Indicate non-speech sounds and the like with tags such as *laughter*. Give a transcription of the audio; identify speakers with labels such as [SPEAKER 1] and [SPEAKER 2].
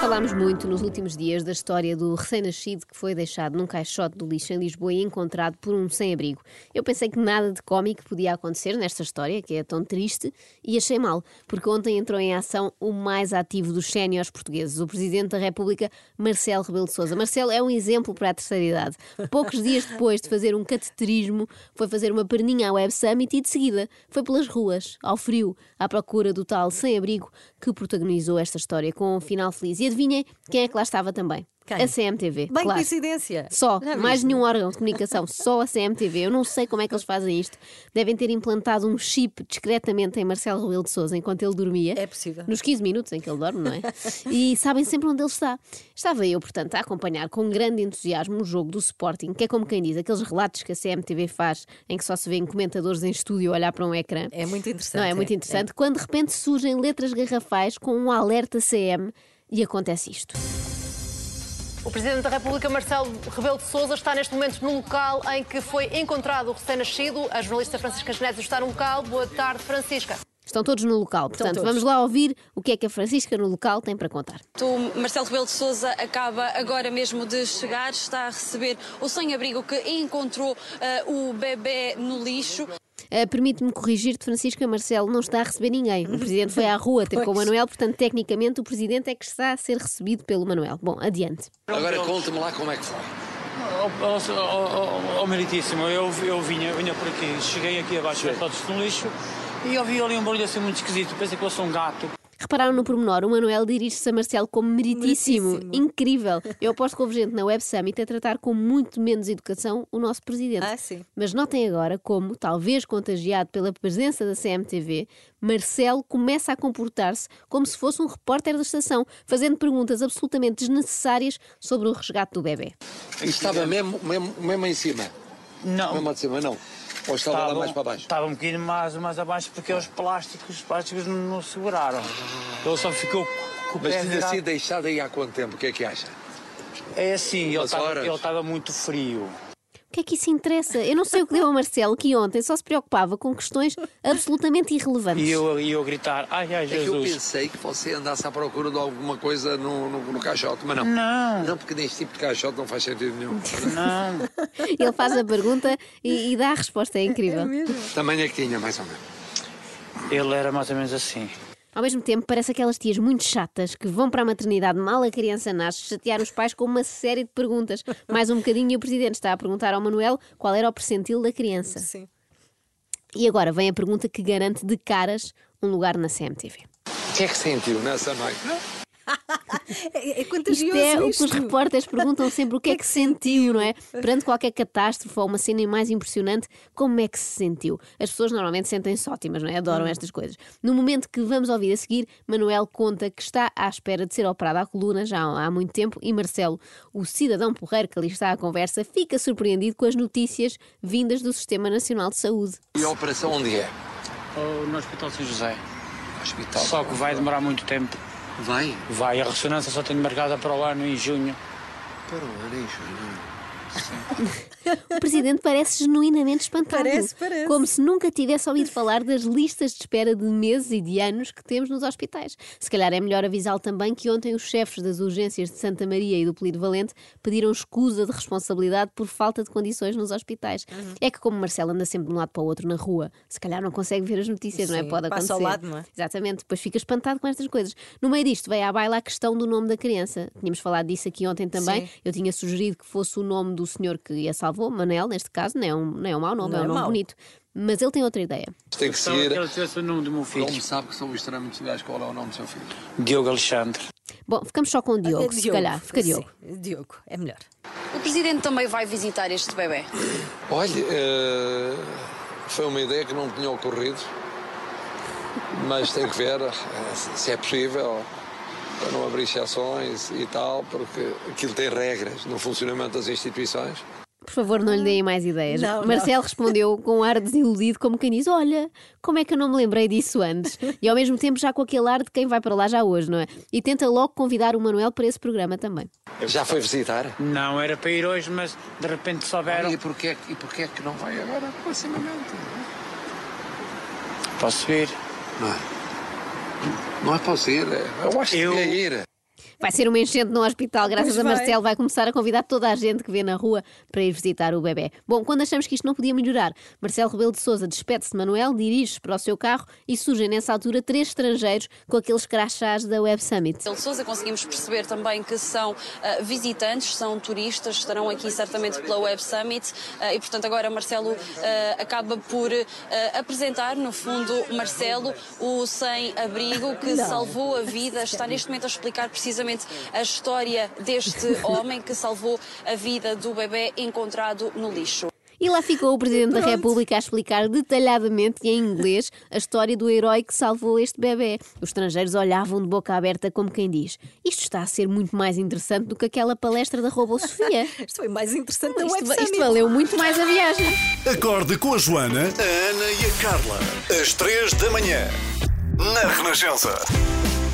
[SPEAKER 1] Falámos muito nos últimos dias da história do recém-nascido que foi deixado num caixote do lixo em Lisboa e encontrado por um sem-abrigo. Eu pensei que nada de cómico podia acontecer nesta história, que é tão triste, e achei mal, porque ontem entrou em ação o mais ativo dos séniores portugueses, o Presidente da República, Marcelo Rebelo de Sousa. Marcelo é um exemplo para a terceira idade. Poucos dias depois de fazer um cateterismo, foi fazer uma perninha à Web Summit e, de seguida, foi pelas ruas, ao frio, à procura do tal sem-abrigo que protagonizou esta história com um final feliz. E adivinhem quem é que lá estava também?
[SPEAKER 2] Quem?
[SPEAKER 1] A CMTV.
[SPEAKER 2] Bem
[SPEAKER 1] claro.
[SPEAKER 2] coincidência.
[SPEAKER 1] Só,
[SPEAKER 2] Já
[SPEAKER 1] mais
[SPEAKER 2] viste?
[SPEAKER 1] nenhum órgão de comunicação, só a CMTV. Eu não sei como é que eles fazem isto. Devem ter implantado um chip discretamente em Marcelo Rebelo de Souza enquanto ele dormia.
[SPEAKER 2] É possível.
[SPEAKER 1] Nos 15 minutos em que ele dorme, não é? E sabem sempre onde ele está. Estava eu, portanto, a acompanhar com grande entusiasmo o jogo do Sporting, que é como quem diz, aqueles relatos que a CMTV faz em que só se vêem comentadores em estúdio a olhar para um ecrã.
[SPEAKER 2] É muito interessante.
[SPEAKER 1] Não, é muito interessante. Quando de repente surgem letras garrafais com um alerta CM e acontece isto.
[SPEAKER 3] O Presidente da República, Marcelo Rebelo de Sousa, está neste momento no local em que foi encontrado o recém-nascido. A jornalista Francisca Genésio está no local. Boa tarde, Francisca.
[SPEAKER 1] Estão todos no local, portanto,
[SPEAKER 2] todos.
[SPEAKER 1] vamos lá ouvir o que é que a Francisca no local tem para contar.
[SPEAKER 4] O Marcelo Rebelo de Souza acaba agora mesmo de chegar, está a receber o sem-abrigo que encontrou eh, o bebê no lixo.
[SPEAKER 1] Ah, Permite-me corrigir-te, Francisca Marcelo não está a receber ninguém. O presidente foi à rua ter com o Manuel, portanto, tecnicamente, o presidente é que está a ser recebido pelo Manuel. Bom, adiante.
[SPEAKER 5] Agora conta-me lá como é que foi.
[SPEAKER 6] Ó oh, oh, oh, oh, meritíssimo, eu, eu vinha, vinha por aqui, cheguei aqui abaixo dos todos no lixo e ouvi ali um barulho assim muito esquisito, pensei que fosse um gato.
[SPEAKER 1] Repararam no pormenor, o Manuel dirige-se a Marcelo como meritíssimo.
[SPEAKER 2] Meritíssimo.
[SPEAKER 1] Incrível. Eu aposto que houve gente na Web Summit a tratar com muito menos educação o nosso presidente.
[SPEAKER 2] Ah, sim.
[SPEAKER 1] Mas notem agora como, talvez contagiado pela presença da CMTV, Marcelo começa a comportar-se como se fosse um repórter da estação, fazendo perguntas absolutamente desnecessárias sobre o resgate do bebê.
[SPEAKER 5] E É estava mesmo, mesmo, mesmo em cima. Mesmo
[SPEAKER 6] Não,
[SPEAKER 5] de cima, não. Ou estava Tá lá mais para baixo.
[SPEAKER 6] estava um bocadinho mais, mais abaixo porque os plásticos, os plásticos não, não seguraram. Ele só ficou com o pé
[SPEAKER 5] Mas tinha
[SPEAKER 6] virado.
[SPEAKER 5] sido deixado aí há quanto tempo? O que é que acha?
[SPEAKER 6] É assim, ele
[SPEAKER 5] Umas
[SPEAKER 6] estava-
[SPEAKER 5] horas.
[SPEAKER 6] ele estava muito frio.
[SPEAKER 1] O que é que isso interessa? Eu não sei o que deu ao Marcelo, que ontem só se preocupava com questões absolutamente irrelevantes.
[SPEAKER 6] E eu, e eu gritar, ai, ai,
[SPEAKER 5] É que eu
[SPEAKER 6] Jesus.
[SPEAKER 5] pensei que você andasse à procura de alguma coisa no, no, no caixote, mas não.
[SPEAKER 6] Não.
[SPEAKER 5] Não, porque neste tipo de caixote não faz sentido nenhum.
[SPEAKER 6] Não,
[SPEAKER 1] Ele faz a pergunta e, e dá a resposta, é incrível.
[SPEAKER 5] Tamanho é que tinha, mais ou menos.
[SPEAKER 6] ele era mais ou menos assim.
[SPEAKER 1] Ao mesmo tempo, parece aquelas tias muito chatas que vão para a maternidade mal a criança nasce, chatear os pais com uma série de perguntas. Mais um bocadinho e o presidente está a perguntar ao Manuel qual era o percentil da criança.
[SPEAKER 2] Sim.
[SPEAKER 1] E agora vem a pergunta que garante de caras um lugar na CMTV.
[SPEAKER 5] O que é que sentiu nessa noite?
[SPEAKER 2] É, é
[SPEAKER 1] Isto
[SPEAKER 2] contagioso
[SPEAKER 1] é o que
[SPEAKER 2] isto.
[SPEAKER 1] os repórteres perguntam sempre o que *laughs* é que sentiu, não é? Perante qualquer catástrofe ou uma cena mais impressionante, como é que se sentiu? As pessoas normalmente sentem-se ótimas, não é? Adoram estas coisas. No momento que vamos ouvir a seguir, Manuel conta que está à espera de ser operado à coluna já há muito tempo e Marcelo, o cidadão porreiro que ali está à conversa, fica surpreendido com as notícias vindas do Sistema Nacional de Saúde.
[SPEAKER 5] E a operação onde é?
[SPEAKER 6] Ou "Oh, no Hospital São José.
[SPEAKER 5] Hospital.
[SPEAKER 6] Só que vai demorar muito tempo.
[SPEAKER 5] Vai?
[SPEAKER 6] Vai, a ressonância só tenho marcada para o ano em junho.
[SPEAKER 5] Para o Areixo, não.
[SPEAKER 1] O presidente parece genuinamente espantado.
[SPEAKER 2] Parece, parece.
[SPEAKER 1] Como se nunca tivesse ouvido falar das listas de espera de meses e de anos que temos nos hospitais. Se calhar é melhor avisá-lo também que ontem os chefes das urgências de Santa Maria e do Polido Valente pediram escusa de responsabilidade por falta de condições nos hospitais.
[SPEAKER 2] Uhum.
[SPEAKER 1] É que, como Marcelo anda sempre de um lado para o outro na rua, se calhar não consegue ver as notícias, não é?
[SPEAKER 2] Sim,
[SPEAKER 1] Pode acontecer.
[SPEAKER 2] passa ao lado, não é?
[SPEAKER 1] Exatamente, depois fica espantado com estas coisas. No meio disto, veio à baila a questão do nome da criança. Tínhamos falado disso aqui ontem também.
[SPEAKER 2] Sim.
[SPEAKER 1] Eu tinha sugerido que fosse o nome do senhor que a salvou, Manel, neste caso, não é um, não é um mau nome,
[SPEAKER 2] Não
[SPEAKER 1] é um
[SPEAKER 2] é
[SPEAKER 1] nome
[SPEAKER 2] mau.
[SPEAKER 1] bonito. Mas ele tem outra ideia.
[SPEAKER 5] Tem que
[SPEAKER 6] Gostava que
[SPEAKER 5] seguir.
[SPEAKER 6] ele tivesse o nome do meu
[SPEAKER 5] Não me
[SPEAKER 6] filho.
[SPEAKER 5] sabe que são os trâmites legais. Qual é o nome do seu filho?
[SPEAKER 6] Diogo Alexandre.
[SPEAKER 1] Bom, ficamos só com o Diogo,
[SPEAKER 2] É
[SPEAKER 1] se calhar. Fica
[SPEAKER 2] sim,
[SPEAKER 1] Diogo.
[SPEAKER 2] Diogo, é melhor.
[SPEAKER 4] O presidente também vai visitar este bebê.
[SPEAKER 5] Olha, eh, foi uma ideia que não tinha ocorrido, mas tem que ver eh, se é possível para não abrir exceções e tal, porque aquilo tem regras no funcionamento das instituições.
[SPEAKER 1] Por favor, não lhe deem mais ideias.
[SPEAKER 2] Não, não.
[SPEAKER 1] Marcelo respondeu com um ar desiludido, como quem diz: Olha, como é que eu não me lembrei disso antes? E ao mesmo tempo, já com aquele ar de quem vai para lá já hoje, não é? E tenta logo convidar o Manuel para esse programa também.
[SPEAKER 5] Já foi visitar?
[SPEAKER 6] Não era para ir hoje, mas de repente souberam.
[SPEAKER 5] E porquê, e porquê é que não vai agora proximamente?
[SPEAKER 6] Posso ir?
[SPEAKER 5] Não é, não é para ir, eu acho que
[SPEAKER 6] Eu-
[SPEAKER 5] devia ir.
[SPEAKER 1] Vai ser uma enchente no hospital, graças
[SPEAKER 2] Pois
[SPEAKER 1] a
[SPEAKER 2] vai.
[SPEAKER 1] Marcelo. Vai começar a convidar toda a gente que vê na rua para ir visitar o bebê. Bom, quando achamos que isto não podia melhorar, Marcelo Rebelo de Souza despede-se de Manuel, dirige-se para o seu carro e surgem nessa altura três estrangeiros com aqueles crachás da Web Summit.
[SPEAKER 4] Marcelo Souza, conseguimos perceber também que são ah, visitantes, são turistas, estarão aqui certamente pela Web Summit ah, e, portanto, agora Marcelo ah, acaba por ah, apresentar, no fundo, Marcelo, o sem-abrigo que salvou a vida, está neste momento a explicar precisamente a história deste homem que salvou a vida do bebê encontrado no lixo.
[SPEAKER 1] E lá ficou o Presidente da República a explicar detalhadamente e em inglês a história do herói que salvou este bebê. Os estrangeiros olhavam de boca aberta, como quem diz: Isto está a ser muito mais interessante do que aquela palestra da Robô
[SPEAKER 2] *laughs*
[SPEAKER 1] Sofia.
[SPEAKER 2] Isto foi mais interessante da Web
[SPEAKER 1] Isto,
[SPEAKER 2] Summit.
[SPEAKER 1] isto valeu muito mais a viagem.
[SPEAKER 7] Acorde com a Joana, a Ana e a Carla. Às três da manhã. Na Renascença.